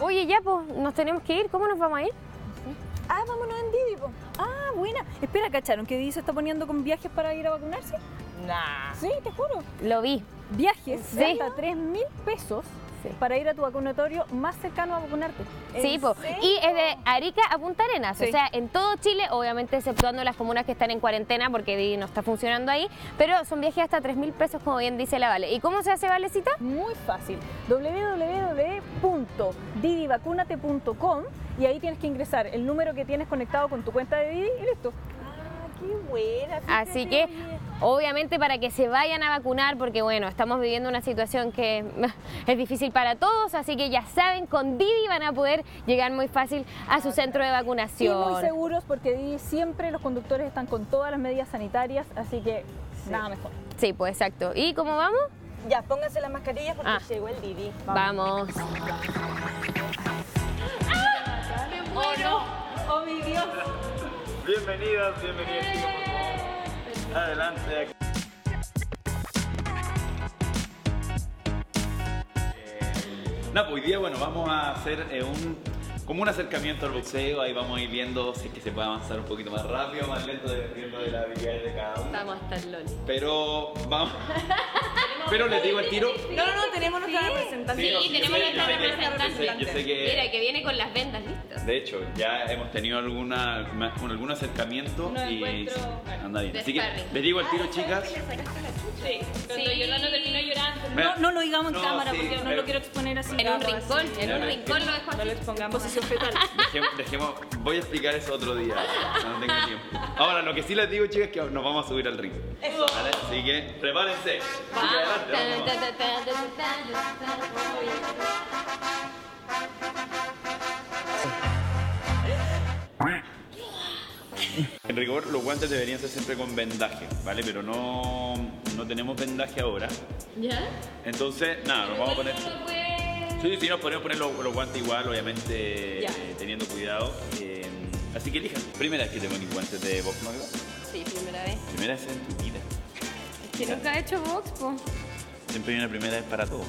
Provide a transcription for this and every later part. Oye, ya, pues, nos tenemos que ir. ¿Cómo nos vamos a ir? Ah, vámonos en Didi, po. Ah, buena. Espera, ¿cacharon que Didi se está poniendo con viajes para ir a vacunarse? Nah. Sí, te juro. Lo vi. Viajes ¿Sí? de hasta 3 mil pesos Sí. para ir a tu vacunatorio más cercano a vacunarte. Sí, ¿En pues. serio? Y es de Arica a Punta Arenas. O Sí. sea, en todo Chile, obviamente exceptuando las comunas que están en cuarentena porque Didi no está funcionando ahí, pero son viajes hasta 3 mil pesos, como bien dice la Vale. ¿Y cómo se hace Valecita? Muy fácil. www.didivacunate.com y ahí tienes que ingresar el número que tienes conectado con tu cuenta de Didi y listo. Ah, qué buena. Así fíjate, que, oye. obviamente, para que se vayan a vacunar, porque bueno, estamos viviendo una situación que es difícil para todos, así que ya saben, con Didi van a poder llegar muy fácil a su centro de Y vacunación. muy seguros porque Didi siempre los conductores están con todas las medidas sanitarias, así que nada mejor. Sí, pues exacto. ¿Y cómo vamos? Ya, pónganse las mascarillas porque Ah. llegó el Didi. Vamos. Oh, Bienvenidas, bienvenidos. Adelante. Eh, No, pues hoy día, bueno, vamos a hacer eh, un, como un acercamiento al boxeo. Ahí vamos a ir viendo si es que se puede avanzar un poquito más rápido, más lento, dependiendo de la habilidad de cada uno. Vamos hasta el LOL. Pero vamos. Pero les digo el tiro. No, no, no, tenemos nuestra representante. Sí, no, yo tenemos sé, yo nuestra sé que- yo sé- representante. yo sé que- Mira, que viene con las vendas listas. De hecho, ya hemos tenido alguna, ma- con algún acercamiento Unos y encuentros, bueno, anda bien. de Así que sparring. Ah, les digo el tiro, chicas. Sí, cuando Yolanda terminó llorando. Mira. No, no lo digamos en No, cámara sí, porque no pero- lo quiero exponer así. En un rincón, en Ya un no es rincón que- lo dejó No así. lo expongamos. Posición fetal. Dejemos, dejemos- voy a explicar eso otro día. No tengo tiempo. Ahora, lo que sí les digo, chicas, es que nos vamos a subir al ring. Eso. ¿vale? Así que prepárense. Así que Vamos. adelante, vamos. Ta, ta, ta, ta, ta, ta, ta, ta. En rigor, los guantes deberían ser siempre con vendaje, ¿vale? Pero no, no tenemos vendaje ahora. ¿Ya? Entonces, nada, nos vamos a poner. Uno puede- Sí, sí, nos podemos poner los, los guantes igual, obviamente eh, teniendo cuidado. Eh, así que elijan. Primera vez que te ponen guantes de box, ¿no? Sí, primera vez. Primera vez en tu vida. Que nunca he hecho box, po. Siempre hay una primera vez para todo.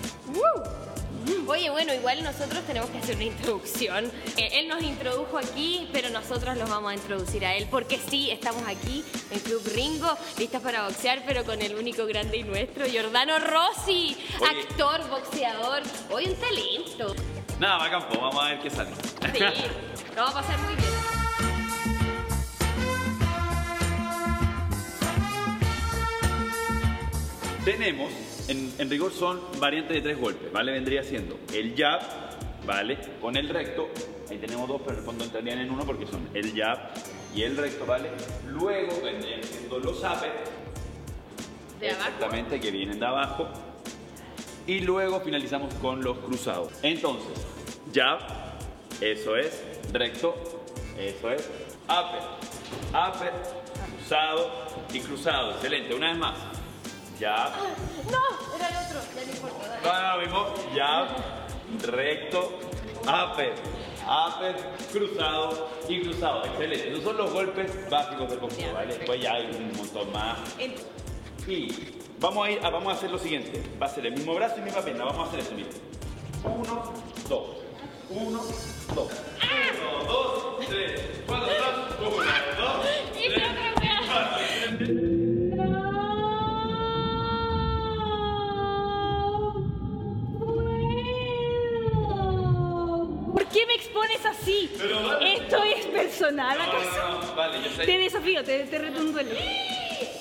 Oye, bueno, igual nosotros tenemos que hacer una introducción. Eh, Él nos introdujo aquí, pero nosotros los vamos a introducir a él, porque sí, estamos aquí en Club Ringo, listas para boxear, pero con el único grande y nuestro, Giordano Rossi, Oye. actor, boxeador. Hoy un talento. Nada, va a campo, vamos a ver qué sale. Sí, lo va a pasar muy bien. Tenemos, en, en rigor son variantes de tres golpes, ¿vale? Vendría siendo el jab, ¿vale? Con el recto, ahí tenemos dos, pero en el fondo entrarían en uno porque son el jab y el recto, ¿vale? Luego vendrían siendo los upper, De abajo. Exactamente, que vienen de abajo. Y luego finalizamos con los cruzados. Entonces, jab, eso es, recto, eso es, upper, upper, cruzado y cruzado. Excelente, una vez más. Jab. No, era el otro, ya no importa. No, no, mismo, jab, recto, upper, upper, cruzado y cruzado. Excelente, esos son los golpes básicos del boxeo, ¿vale? Pues ya hay un montón más. Y vamos a, ir, a- vamos a hacer lo siguiente. Va a ser el mismo brazo y misma pierna. Vamos a hacer esto, mira. Uno, dos. Uno, dos. Uno, dos, tres, cuatro, dos, uno, dos, Y tres, otra wea. cuatro, tres. ¿Por qué me expones así? Pero vale. ¿Esto es personal No, acaso? no, no, Vale, yo Te sé. desafío, te, te reto un duelo.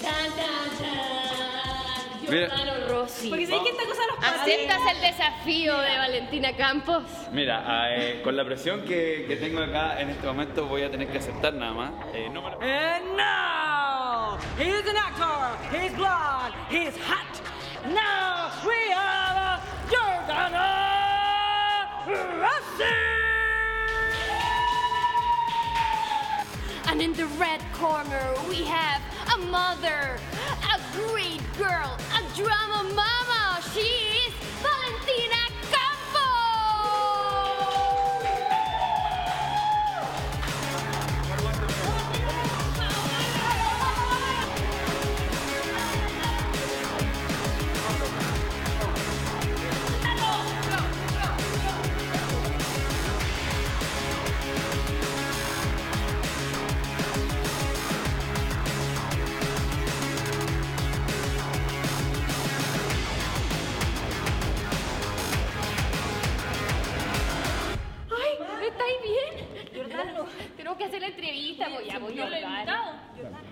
Tan, tan, tan. Mira. Giordano Rossi. Porque sabes que esta cosa nos pasa. ¿Aceptas el desafío de Valentina Campos? Mira, ah, eh, con la presión que, que tengo acá en este momento voy a tener que aceptar nada más. Eh, no me lo- And now, he's an actor, he's blonde, he's hot. Now we have Jordana Rossi! And in the red corner, we have a mother, a great girl, a drama mama. She is Valentina Campos.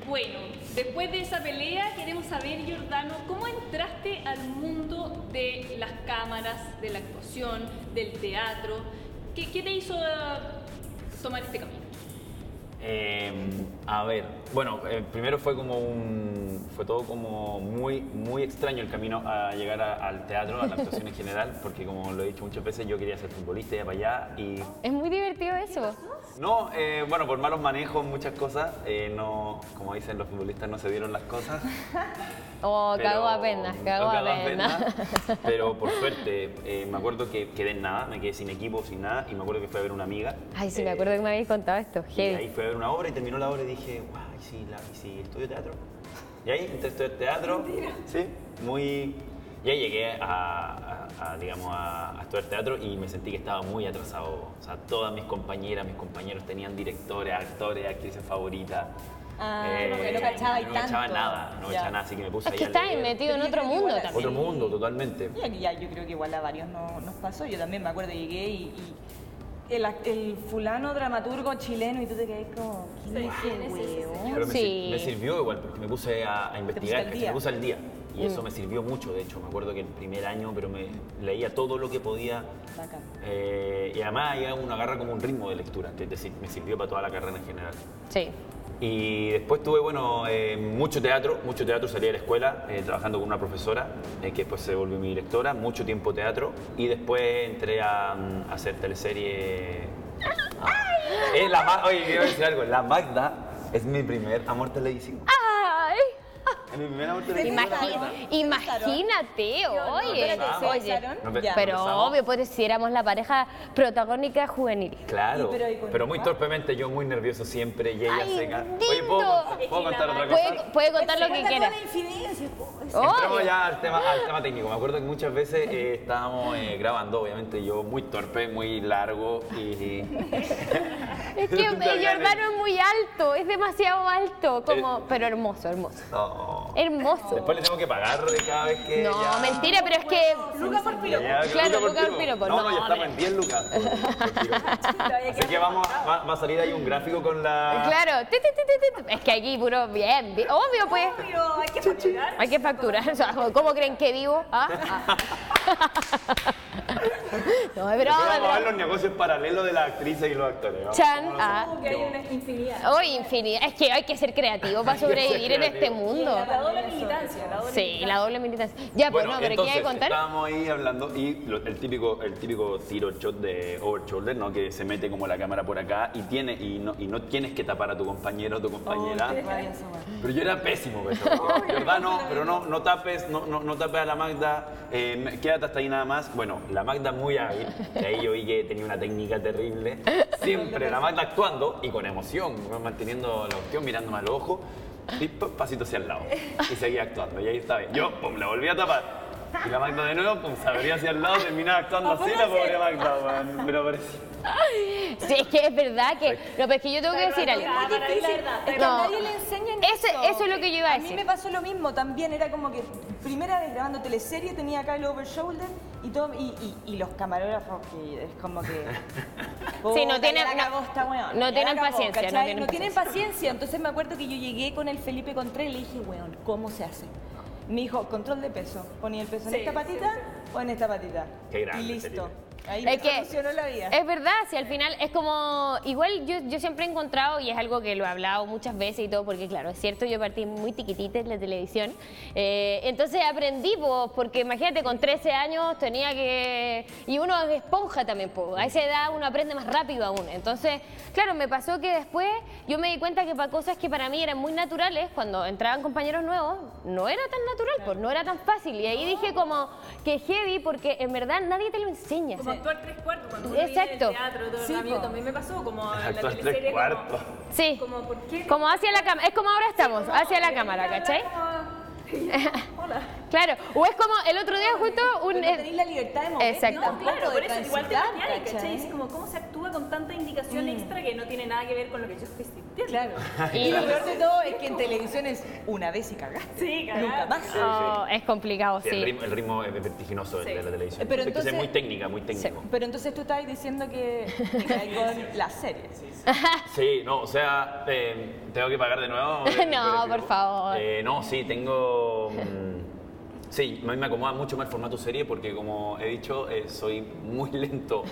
pues Bueno, después de esa pelea queremos saber, Giordano, cómo entraste al mundo de las cámaras, de la actuación, del teatro. ¿Qué, qué te hizo ah, tomar este camino? Eh, a ver, bueno, eh, primero fue como un. Fue todo como muy, muy extraño el camino a llegar a- al teatro, a la actuación en general, porque como lo he dicho muchas veces, yo quería ser futbolista y para allá. Y Es muy divertido eso. no, eh, bueno, por malos manejos, muchas cosas. eh, no, como dicen los futbolistas, no se dieron las cosas. Oh, pero- cago apenas, cago cago apenas. apenas. Pero por suerte, eh, me acuerdo que quedé en nada, me quedé sin equipo, sin nada, y me acuerdo que fui a ver una amiga. Ay, sí, me eh, acuerdo que me habéis contado esto, y ahí heavy. fui a ver una obra y terminó la obra y dije, guau, ¿y si, la- y si estudio teatro? Y ahí entré a estudiar teatro. Sí, muy... Y ahí llegué a, a- a, digamos, a, a estudiar teatro y me sentí que estaba muy atrasado. O sea, todas mis compañeras, mis compañeros tenían directores, actores, actrices favoritas. Ah, no, que no cachaba yo no tanto. cachaba nada, no Ya. cachaba nada, así que me puse Es ahí que a estáis leer. metido en otro mundo también. Otro mundo, totalmente. Y aquí ya yo creo que igual a varios no- nos pasó. Yo también me acuerdo, llegué y, y el, ac- el fulano dramaturgo chileno y tú te quedás como, ¿quién es ese huevón? Pero me, Sí. sir- me sirvió igual, porque me puse a, a ¿eh? pusiste al investigar, que se día. Mm. me puse al día. Y eso me sirvió mucho, de hecho. Me acuerdo que el primer año, pero me leía todo lo que podía. Bacán. Eh, y además ya uno agarra como un ritmo de lectura, que es decir, me sirvió para toda la carrera en general. Sí. Y después tuve, bueno, eh, mucho teatro, mucho teatro, salí de la escuela eh, trabajando con una profesora, eh, que después se volvió mi directora, mucho tiempo teatro, y después entré a, mm, a hacer teleserie... Ah. Eh, la Ma- Oye, quiero decir algo, la Magda es mi primer amor televisivo. ¡Ay! Es mi primer amor televisivo. la Imagi- Magda. imagínate, oye. espérate, ¿se oye. besaron? Nos be- Ya. Pero Conversamos. obvio, pues si éramos la pareja protagónica juvenil. Claro, Y pero, ¿y con pero muy Juan? torpemente, yo muy nervioso siempre, y ella Ay, seca. lindo. Oye, ¿puedo, con- ¿puedo contar otra cosa? Puede, puede contar lo que quiera. Entramos Obvio. ya al tema, al tema técnico. Me acuerdo que muchas veces eh, estábamos eh, grabando, obviamente yo muy torpe, muy largo y... Es que el Jordano es muy alto, es demasiado alto, Eh. como, pero hermoso, hermoso. No. Hermoso. Después le tengo que pagar de cada vez que... No, ya- mentira, pero es que. Ya, ya, Claro, Luca por Luca por piropo. piropo. No, No, no, ya estamos en 10 lucas. por- por piropo. Así que vamos, a- va, va a salir ahí un gráfico con la... Claro, ti, ti, ti, ti, ti. es que aquí puro bien, bien. obvio pues. hay que facturar. Hay que facturar. ¿Cómo creen que vivo? ¿Ah? Ah. No, es Después broma, es vamos a ver broma. los negocios paralelos de las actrices y los actores. Vamos a ver Chan, cómo lo ah. hacemos. Oh, infinidad. Es que hay que ser creativo para Hay que ser sobrevivir en este creativo. mundo. Sí, la doble militancia. Ya, pues no, pero ¿qué hay que entonces, contar? Estábamos ahí hablando y lo- el típico, el típico tiro shot de over shoulder, ¿no? Que se mete como la cámara por acá y tiene, y no, y no tienes que tapar a tu compañero o tu compañera. pero yo era pésimo, Beto. ¿Verdad? No, pero no, no tapes, no, no, no tapes a la Magda, eh, me- quédate hasta ahí nada más. Bueno, la Magda muy hábil, que ahí yo vi que tenía una técnica terrible. Siempre la Magda actuando y con emoción, manteniendo la cuestión, mirándome al ojo. Y pa- pasito hacia el lado. Y seguía actuando. Y ahí estaba. Yo, pum, la volví a tapar. Y la Magda de nuevo, pum, se abría hacia el lado, terminaba actuando así la pobre Magda, weón. Pero parecía. Sí, es que es verdad que. No, pero es que yo tengo que decir algo. Es que No. a nadie le enseñan Ese- eso. eso es lo que yo iba a A mí decir. me pasó lo mismo también, era como que primera vez grabando teleserie tenía acá el over shoulder y todo y, y- y los camarógrafos que es como que Sí, no Puta, tienen- ya la cagó no- esta weona, no ya la tienen cagó, paciencia, no ¿cachai? tienen no tienen paciencia. Entonces me acuerdo que yo llegué con el Felipe Contreras y le dije, weón, ¿cómo se hace? Me dijo, control de peso. Ponía el peso en esta patita o en esta patita. Qué grande, y listo. Felipe. Ahí me Es que solucionó la vida. es verdad, si al final es como, igual yo, yo siempre he encontrado, y es algo que lo he hablado muchas veces y todo, porque claro, es cierto, yo partí muy tiquitita en la televisión, eh, entonces aprendí, pues, porque imagínate, con 13 años tenía que, y uno es esponja también, pues, a esa edad uno aprende más rápido aún, entonces, claro, me pasó que después yo me di cuenta que para cosas que para mí eran muy naturales, cuando entraban compañeros nuevos, no era tan natural, pues, no era tan fácil, y ahí dije como que heavy, porque en verdad nadie te lo enseña. Como actuar tres cuartos, cuando uno Exacto. vive en el teatro, todo el amigo, también me pasó, como en Ah, la Actuar tres teleserie, como- cuartos. Sí. Como, ¿por qué? Como hacia la cámara. Es como ahora estamos, hacia la cámara, ¿cachai? Claro. O es como el otro día justo un. Pero Pues no tenéis la libertad de moverte Exacto. No, claro, tampoco, por de eso, igual te transitar, maquillan, ¿cachai? Mm. ¿cachai? Es como, ¿cómo se actúa con tanta indicación extra que no tiene nada que ver con lo que yo estoy sintiendo? ¿entiendes? Claro. Y- Y lo peor de todo es que en televisión es una vez y cagaste. Sí, Nunca más. Ah. Oh, es complicado, Sí, El, sí. ritmo, el ritmo es vertiginoso de- de la televisión. Pero Pero entonces, entonces- es muy técnica, muy técnico. Pero entonces tú estás diciendo que te caes con la serie. Sí, no, o sea, eh, tengo que pagar de nuevo. Eh, No, pero- por favor. Eh, no, sí, tengo. mm, sí, a mí me acomoda mucho más el formato serie porque, como he dicho, eh, soy muy lento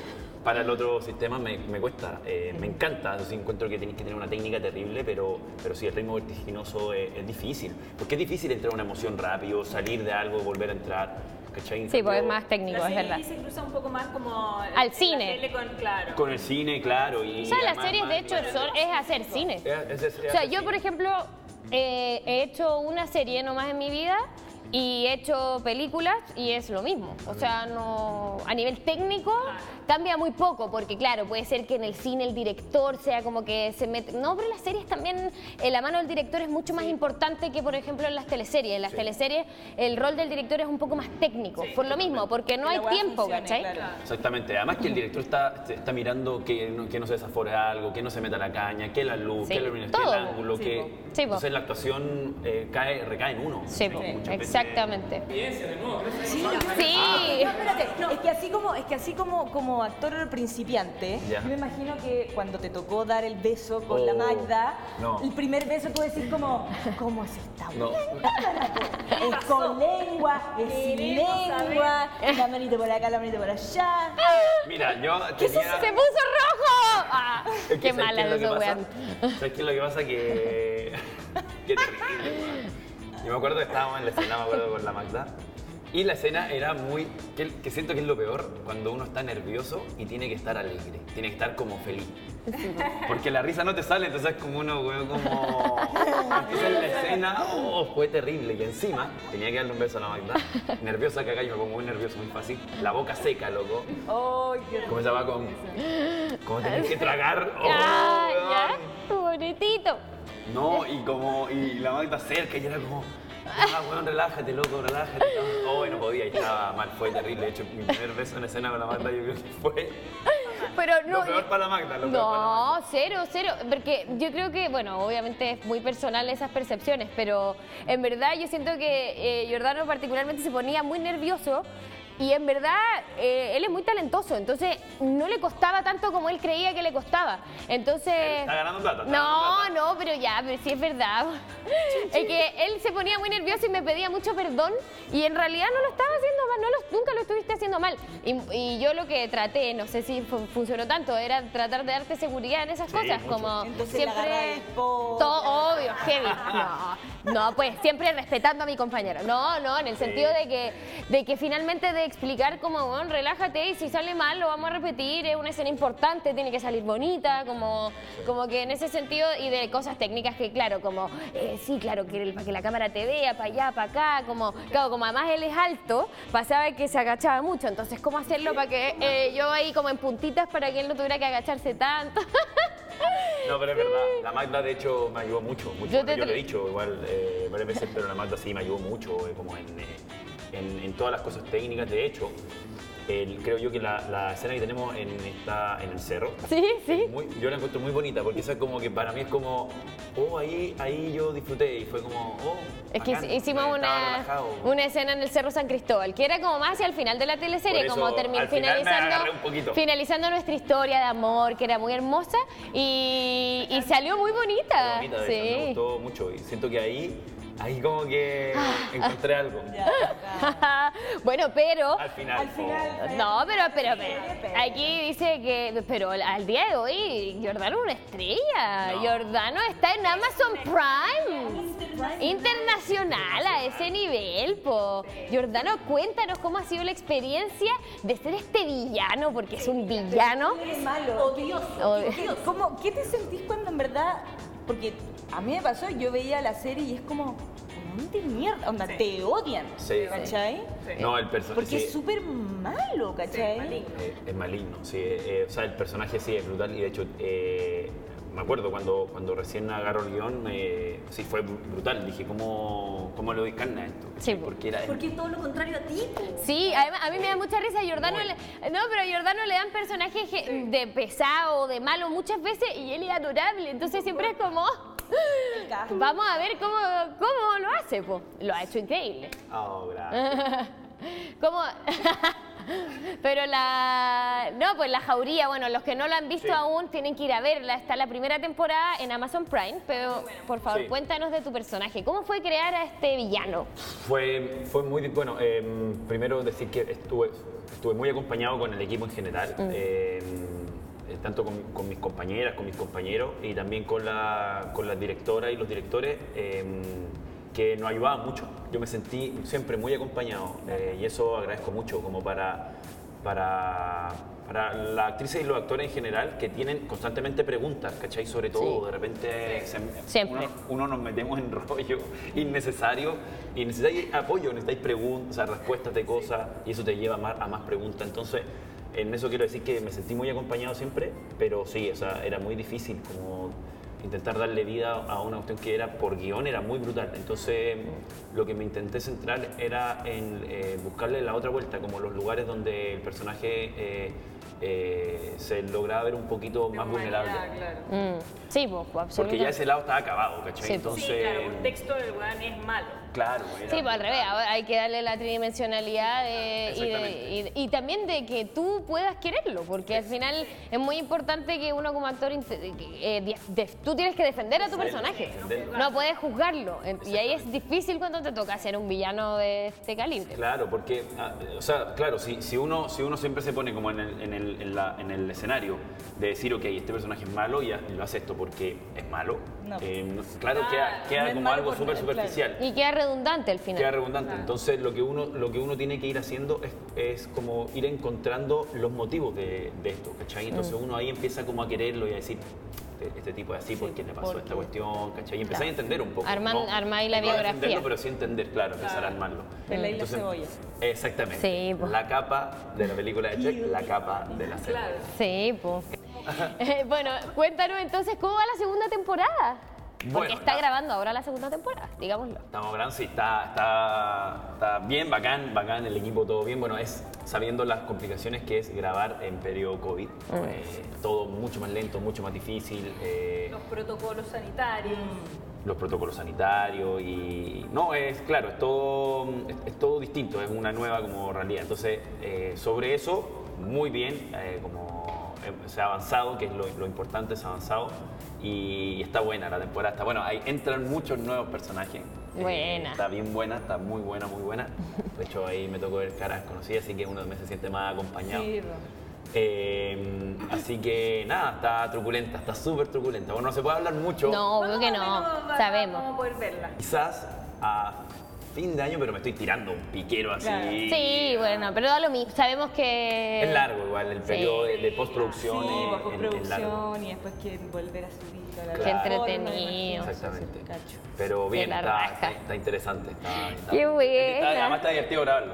para el otro sistema, me, me cuesta. eh, me encanta, sí, encuentro que tienes que tener una técnica terrible, pero, pero sí, el ritmo vertiginoso eh, es, es difícil. Porque es difícil entrar a una emoción rápido, salir de algo, volver a entrar. ¿Cachai? En Sí, pues es cambio, más técnico, La es serie verdad. se cruza un poco más como... eh, Al cine. con, claro. Con el cine, claro. Y, O sea, y las además- series, de hecho, son- es hacer cine. Es- es- es O sea, hacer yo, cine. por ejemplo, eh, he hecho una serie nomás en mi vida y he hecho películas y es lo mismo. O sea, no a nivel técnico cambia muy poco, porque claro, puede ser que en el cine el director sea como que se mete... No, pero en las series también eh, la mano del director es mucho más importante que, por ejemplo, en las teleseries. En las teleseries el rol del director es un poco más técnico, por lo mismo, porque no Que hay la weá tiempo, funcione, ¿cachai? claro. Exactamente, además que el director está, este, está mirando que no, que no se desafore algo, que no se meta la caña, que la luz, Sí, que, la ilumina- todo. que el ángulo, Sí, que... po. Sí, po. Entonces la actuación eh, cae, recae en uno. Sí, po, Muchas veces- exactamente. Sí. No, espérate, es que así como, es que así como, como actor principiante, Ya. yo me imagino que cuando te tocó dar el beso con la Oh, Magda, no. el primer beso tú decís como, ¿cómo es esta No. Es con lengua, es sin lengua, la manita por acá, la manita por allá. Mira, yo ¿Qué se, tenía- se puso rojo! Ah, Es que qué ¿sabes mala de es lo que esos pasa? weón. ¿Sabes qué es lo que pasa? Que... Qué terrible, weón. Yo me acuerdo que estábamos en la escena, me acuerdo con la Magda. Y la escena era muy... Que, que siento que es lo peor cuando uno está nervioso y tiene que estar alegre. Tiene que estar como feliz. Porque la risa no te sale, entonces es como uno, weón, como... Entonces en la escena, oh, fue terrible. Y encima, tenía que darle un beso a la Magda. Nerviosa que acá yo me pongo muy nervioso, muy fácil. La boca seca, loco. Como se llama con... Como tenés que tragar. oh, Ah, weón. ya, bonitito. No, y como, y la Magda cerca y era como, ah, weón, relájate, loco, relájate. Oh, y no podía, y estaba mal, fue terrible. De hecho, mi primer beso en escena con la Magda yo creo que fue Pero no. lo peor para la Magda, lo peor para la Magda. No, cero, cero. Porque yo creo que, bueno, obviamente es muy personal esas percepciones, pero en verdad yo siento que eh, Giordano particularmente se ponía muy nervioso y en verdad eh, él es muy talentoso, entonces no le costaba tanto como él creía que le costaba. Entonces... Está ganando plata. está ganando No, plata. no, pero ya, pero sí es verdad. Es que él se ponía muy nervioso y me pedía mucho perdón y en realidad no lo estaba haciendo mal, no lo- nunca lo estuviste haciendo mal. Y, y yo lo que traté, no sé si fu- funcionó tanto, era tratar de darte seguridad en esas Sí, cosas, mucho. como Entonces la agarraba siempre... del codo. Todo obvio, heavy. No, no, pues siempre respetando a mi compañero. No, no, en el sentido de que, de que finalmente de explicar como, bueno, relájate y si sale mal lo vamos a repetir, es una escena importante, tiene que salir bonita, como, como que en ese sentido y de cosas técnicas que, claro, como, eh, sí, claro, que, el- para que la cámara te vea, para allá, para acá, como, claro, como además él es alto, pasaba que se agachaba mucho, entonces, ¿cómo hacerlo para que eh, yo ahí como en puntitas para que él no tuviera que agacharse tanto? No, pero es verdad. La Magda, de hecho, me ayudó mucho. mucho. Yo Yo, te lo he tra- dicho igual eh, varias veces, pero la Magda sí me ayudó mucho, eh, como en, eh, en- en todas las cosas técnicas. De hecho, el- creo yo que la, la escena que tenemos en, esta, en el cerro, Sí, sí. es muy- yo la encuentro muy bonita, porque esa es como que para mí es como, oh, ahí, ahí yo disfruté y fue como, oh. Es que bacán, hicimos estaba una, relajado. una escena en el Cerro San Cristóbal, que era como más hacia el final de la teleserie, Por eso, como termi- al final me agarré un finalizando, poquito. finalizando nuestra historia de amor, que era muy hermosa, y, y salió muy bonita. Fue bonita, de hecho, me sí. gustó mucho y siento que ahí, ahí como que Ah, encontré algo. bueno, pero... Al final. Al final, oh. No, pero, pero, pero, aquí dice que, pero al día de hoy, Giordano es una estrella. No. Giordano está en Amazon Prime. Internacional a ese nivel, po. Giordano, cuéntanos cómo ha sido la experiencia de ser este villano, porque es un villano. Qué malo. Odioso. Odio- ¿Cómo, ¿Qué te sentís cuando en verdad.? Porque a mí me pasó, yo veía la serie y es como. "Weón de mierda! Onda, te odian. Sí. ¿Cachai? No, el personaje. Porque es súper malo, ¿cachai? Eh, es maligno, sí. eh, eh, o sea, el personaje sí es brutal y de hecho eh, me acuerdo cuando, cuando recién agarro el guión, eh, sí, fue brutal. Dije, ¿cómo, cómo lo encarna esto? Sí, po. Porque era Porque es todo lo contrario a ti. po. Sí, además, a mí me da mucha risa. Giordano le- no, pero a Giordano le dan personajes ge- de pesado, de malo muchas veces y él es adorable. Entonces siempre es como. Vamos a ver cómo, cómo lo hace, po. Lo ha hecho increíble. Oh, gracias. ¿Cómo? Pero la. No, pues la jauría, bueno, los que no la han visto Sí. aún tienen que ir a verla. Está la primera temporada en Amazon Prime. Pero, por favor, Sí. cuéntanos de tu personaje. ¿Cómo fue crear a este villano? Fue, fue muy. Bueno, eh, primero decir que estuve, estuve muy acompañado con el equipo en general, eh, tanto con, con mis compañeras, con mis compañeros y también con la, con la directora y los directores, eh, que nos ayudaban mucho. Yo me sentí siempre muy acompañado eh, y eso agradezco mucho, como para. para para las actrices y los actores en general que tienen constantemente preguntas, ¿cachai? Sobre todo, de repente se- Siempre. uno- uno nos metemos en rollo innecesario y necesitáis apoyo, necesitáis preguntas, o sea, respuestas de cosas y eso te lleva a más, a más preguntas. Entonces, en eso quiero decir que me sentí muy acompañado siempre, pero sí, o sea, era muy difícil como intentar darle vida a una cuestión que era por guión, era muy brutal. Entonces, lo que me intenté centrar era en eh, buscarle la otra vuelta, como los lugares donde el personaje eh, eh, se lograba ver un poquito más vulnerable. Mm, Sí, pues, absolutamente. Porque ya ese lado estaba acabado, ¿cachai? Sí. pues. Entonces, Sí, claro, el texto del weón es malo. Claro, era- Sí, pues al revés, ahora hay que darle la tridimensionalidad de- y, de- Exactamente. y- y también de que tú puedas quererlo, porque al final es muy importante que uno como actor, inte- que, eh, def- def- tú tienes que defender a tu Defenderlo, personaje, defenderlo. no puedes juzgarlo, en- y ahí es difícil cuando te toca ser un villano de este calibre. Claro, porque, ah, o sea, claro, si, si uno, si uno siempre se pone como en el, en, el, en la- en el escenario de decir, ok, este personaje es malo y ha- y lo hace esto porque es malo, No. eh, no- claro, queda, queda no es como malo algo por- súper claro. superficial. Y queda redundante al final. Queda redundante. Entonces, lo que uno, lo que uno tiene que ir haciendo es, es como ir encontrando los motivos de, de esto, ¿cachai? Entonces, uno ahí empieza como a quererlo y a decir, este, este tipo es así, ¿por qué le pasó esta cuestión? ¿cachai? Y empezar a entender un poco. Arman- armáis la no a biografía. defenderlo, pero sí entender, claro, empezar a armarlo. Peláis la cebolla. Exactamente. Sí, pues. po. la capa de la película de Jack, la capa de la cebolla. Sí, pues. bueno, cuéntanos entonces, ¿cómo va la segunda temporada? Porque Bueno, está la- grabando ahora la segunda temporada, digámoslo. Estamos hablando, sí, está, está, está bien, bacán, bacán, el equipo todo bien. Bueno, es sabiendo las complicaciones que es grabar en periodo COVID. eh, todo mucho más lento, mucho más difícil. eh, Los protocolos sanitarios. los protocolos sanitarios y no es claro es todo es, es todo distinto es una nueva como realidad entonces eh, sobre eso muy bien eh, como eh, se ha avanzado que es lo, lo importante se ha avanzado y, está buena la temporada está bueno ahí entran muchos nuevos personajes Eh, Buena. está bien buena está muy buena muy buena de hecho ahí me tocó ver caras conocidas así que uno me se siente más acompañado Eh, así que nada está truculenta está súper truculenta bueno no se puede hablar mucho No, obvio que Vamos no, a- sabemos. Vamos a poder verla. Quizás a fin de año, pero me estoy tirando un piquero así. Claro. Sí, bueno, pero da lo mismo. Sabemos que. Es largo igual, el periodo de, de postproducción Sí, es- bajo es- es, largo. producción y después que volver a subir toda la Qué plataforma, entretenido. Exactamente. Cacho. Pero bien, la está, raja. está- está interesante. Está, está Qué bien. buena. Está- además está divertido grabarlo.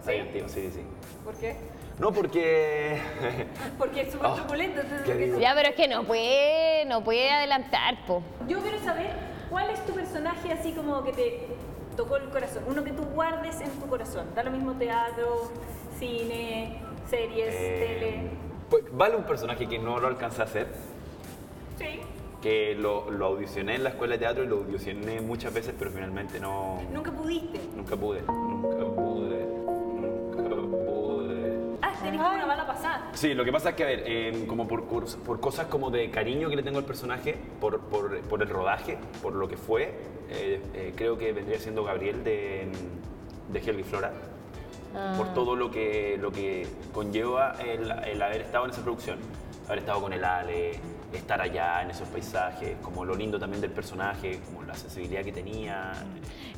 Está divertido, sí, sí. ¿Por qué? No porque... Mm. Porque es súper Oh, truculento. entonces- ¿Qué digo? Ya, pero es que no puede, no puede adelantar, po. Yo quiero saber cuál es tu personaje así como que te tocó el corazón. Uno que tú guardes en tu corazón. Da lo mismo teatro, cine, series, Eh, pues, vale un personaje que no lo alcancé a hacer, tele. Sí. que lo, lo audicioné en la escuela de teatro y lo audicioné muchas veces, pero finalmente no... Nunca pudiste. Nunca pude. Nunca pude. Nunca pude. Ah, tenés como una mala pasada. Sí, lo que pasa es que, a ver, eh, como por, curs- por cosas como de cariño que le tengo al personaje, por, por- por el rodaje, por lo que fue, eh, eh, creo que vendría siendo Gabriel de, mm, de Helga y Flora. Por todo lo que, lo que conlleva el, el haber estado en esa producción. Haber estado con el Ale, estar allá en esos paisajes, como lo lindo también del personaje, como la sensibilidad que tenía.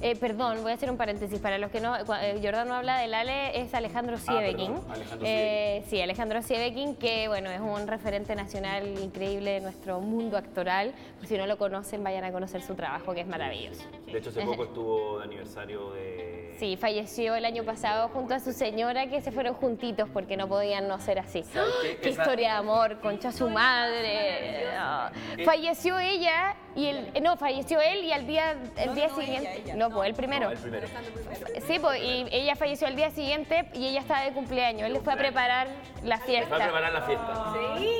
Eh, perdón, voy a hacer un paréntesis. Para los que no, cua- eh, Jordano habla del Ale, es Alejandro Siebekin. Ah, perdón, Alejandro Eh, sí, Alejandro Siebekin, que bueno, es un referente nacional increíble de nuestro mundo actoral. Por si no lo conocen, vayan a conocer su trabajo, que es maravilloso. De hecho, hace poco estuvo de aniversario de Sí, falleció el año pasado junto a su señora que se fueron juntitos porque no podían no ser así. ¿Sabes qué? Qué Esa- historia de amor, concha su madre. Ah. Falleció ella y el no, falleció él y al día el día siguiente, no, pues el primero. No, el primero. Sí, pues y ella falleció al día siguiente y ella estaba de cumpleaños. Él le fue a preparar la Va a fiesta. preparar la Oh, fiesta. Sí,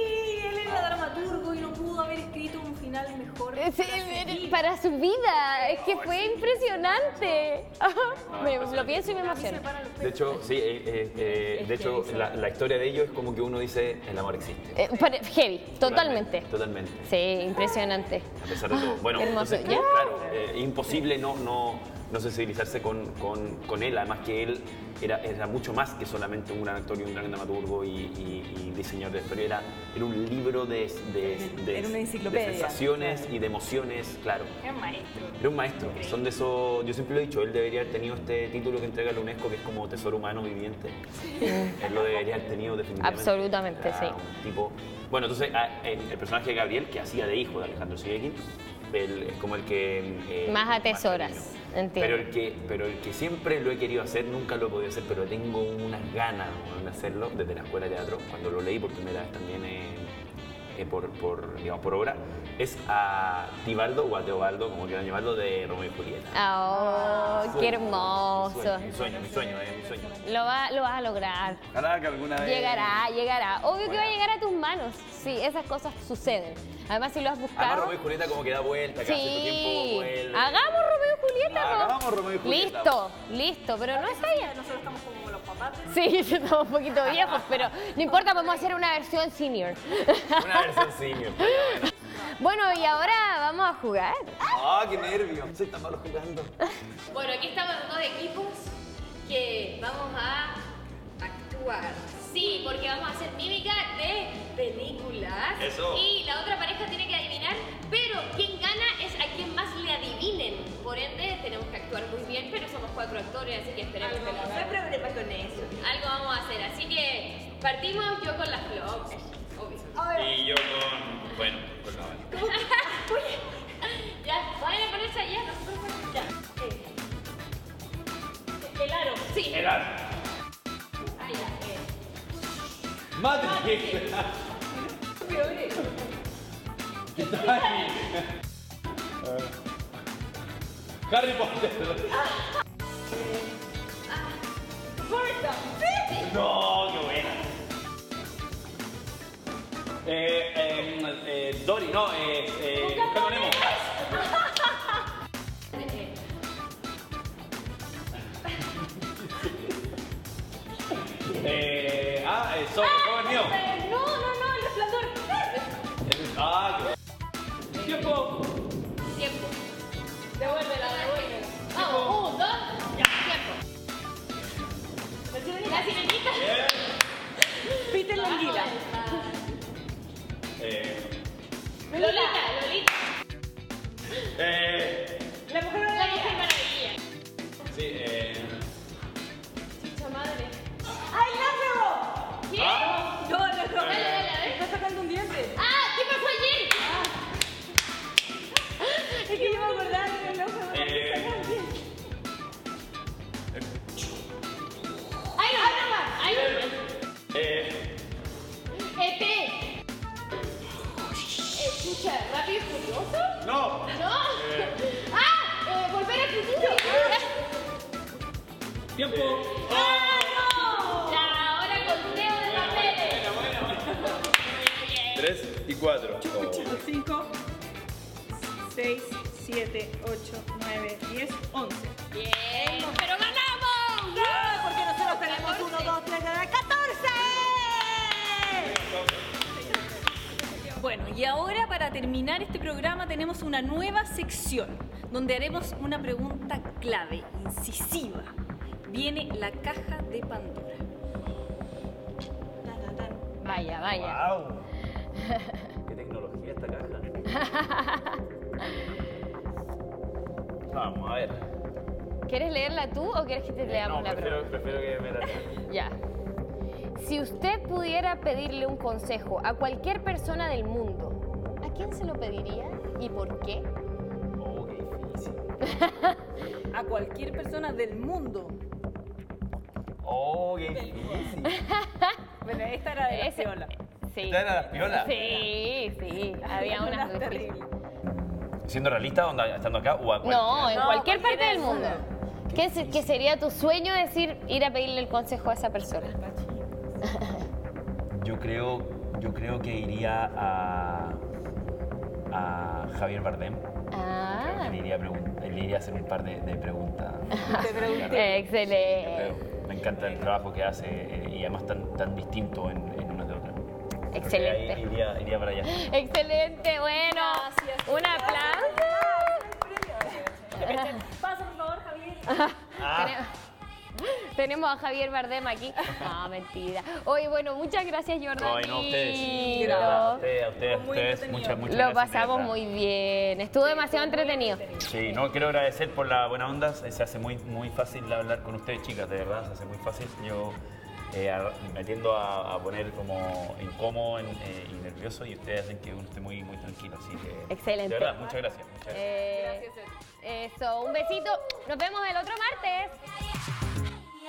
él era dramaturgo y no pudo haber escrito un final mejor. Eh, Sí, para su vida, es que fue impresionante. Me- lo pienso y me emociono. De hecho, sí, eh, eh, eh, de hecho, la, la historia de ellos es como que uno dice, el amor existe. Eh, pare- heavy, totalmente. Totalmente. Sí, impresionante. A pesar de todo. Bueno, Qué hermoso. entonces, Ya. claro, eh, imposible no, no, no sensibilizarse con, con- con él. Además que él era, era mucho más que solamente un gran actor y un gran dramaturgo y, y- y diseñador de historia. Era, era un libro de, de- de- Era una de enciclopedia. sensaciones y de emociones, claro. Era un maestro. Era un maestro. Son de esos, yo siempre lo he dicho, él debería haber tenido este título que entrega la UNESCO, que es como Tesoro Humano Viviente. Él lo debería haber tenido definitivamente. Absolutamente, Era sí. un tipo... Bueno, entonces a- el, el personaje de Gabriel, que hacía de hijo de Alejandro Sieguin, él es como el que... eh, Más atesoras, cariño. entiendo. Pero el, que, pero el que siempre lo he querido hacer, nunca lo he podido hacer, pero tengo unas ganas weón, de hacerlo desde la escuela de teatro, cuando lo leí por primera vez también... eh, eh, por, por, digamos, por obra, es a Tibaldo o a Teobaldo, como quieran llamarlo, de Romeo y Julieta. Ah, Oh, qué hermoso. Mi sueño, mi sueño, mi sueño. eh, mi sueño. Lo, va- lo vas a lograr. Ojalá que alguna vez... Llegará, llegará. Obvio que va a llegar a tus manos. Sí, esas cosas suceden. Además, si lo has Además, buscado. Romeo y Julieta como que da vuelta, cada cierto tiempo Sí. vuelve. Hagamos Romeo y Julieta, ¿no? Hagamos Romeo y Julieta. Listo, listo, pero no está bien. Nosotros estamos como los papás. de- Sí, estamos un poquito viejos, pero no importa, podemos hacer una versión senior. Una versión senior. Bueno, y ahora vamos a jugar. ¡Ah, qué nervio! Soy tan malo jugando. Bueno, aquí estamos los dos equipos que vamos a actuar. Sí, porque vamos a hacer mímica de películas. Eso. Y la otra pareja tiene que adivinar, pero quien gana es a quien más le adivinen. Por ende, tenemos que actuar muy bien, pero somos cuatro actores, así que esperemos que la hay problema con eso. Algo vamos a hacer, así que partimos yo con las flops. Obvio. Y yo con. Bueno, con la bala. Ya, vayan a ponerse allá, nosotros vamos allá. El aro. Sí. El arte. Ah, ya, eh. Matrix. ¿Qué tal? Eh, Harry Potter. No, qué buena. Eh, eh, eh, Dory, no, eh, eh, Buscando Nemo. eh, Eh, ah, eh, sobre, sobre mío. No, no, no, el resplandor. Eh, Ah, qué- Tiempo. Tiempo. Devuélvela, devuélvela. Vamos, un, dos, ya. Tiempo. La sirenita. Bien. Peter Languila. Eh, Lolita, Lolita. eh, La mujer La mujer maravilla. sí, eh. Chicha madre. ¡Ay, Lázaro! ¿Qué? No, no, no. Dale, dale, a ver. Está sacando un diente. Ah, ¿qué pasó ayer? Es que yo me acordaba que era el ojo. me Eh. sacaba un diente. Ay, no, no, no. Ay, Eh, no. Este. Eh, Escucha, rápido y furioso. no. Eh. No. Ah, eh, volver al futuro. Tiempo. ¡Bravo! La hora con Teo de papeles. Tres y cuatro. Oh. 5, 6, 7, 8, 9, 10, 11. Bien, pero ganamos. Porque nosotros tenemos 1, 2, 3, 14. Bueno, y ahora para terminar este programa tenemos una nueva sección donde haremos una pregunta clave, incisiva. Viene la caja de Pandora. Tan, tan, tan. Vaya, vaya. ¡Wow! ¡Qué tecnología esta caja! Vamos, a ver. ¿Quieres leerla tú o quieres que te leamos Eh, no, la pregunta? prefiero, prefiero que me la Ya. Si usted pudiera pedirle un consejo a cualquier persona del mundo, ¿a quién se lo pediría y por qué? Oh, qué difícil. a cualquier persona del mundo. Oh, qué difícil. Bueno, esta era de la Ese- piola. Sí. Esta era la piola. Sí, sí. Había Era unas difíciles. terrible. Siendo realista, onda, estando acá o a No, en cualquiera. cualquier parte cualquiera del del mundo. ¿Qué, se- qué sería tu sueño decir ir a pedirle el consejo a esa persona? Yo creo, yo creo que iría a, a Javier Bardem. Creo que Ah, le iría a, pregun- le iría a hacer un par de, de preguntas. Te pregunté. excelente. Me encanta el trabajo que hace eh, y además tan, tan distinto en, en unos de otros. Creo que Excelente. ahí Iría, iría para allá. Excelente, bueno. Gracias. Un aplauso. Pasa, por favor, Javier. Ah, Tenemos- Tenemos a Javier Bardem aquí. No, mentira. Oye, bueno, muchas gracias, Jordan. Ay, no, ustedes. Lindo. De verdad, ustedes, ustedes, ustedes. entretenido. Muchas, muchas gracias. Lo de pasamos verdad. muy bien. Estuvo demasiado entretenido. Sí, no, quiero agradecer por la buena onda. Se hace muy, muy fácil hablar con ustedes, chicas, de verdad, se hace muy fácil. Yo eh, a- me tiendo a, a poner como incómodo en- eh, y nervioso y ustedes hacen que uno esté muy, muy tranquilo. Así que, Excelente. De verdad, muchas gracias. Muchas gracias. Eh, Eso, un besito. Nos vemos el otro martes.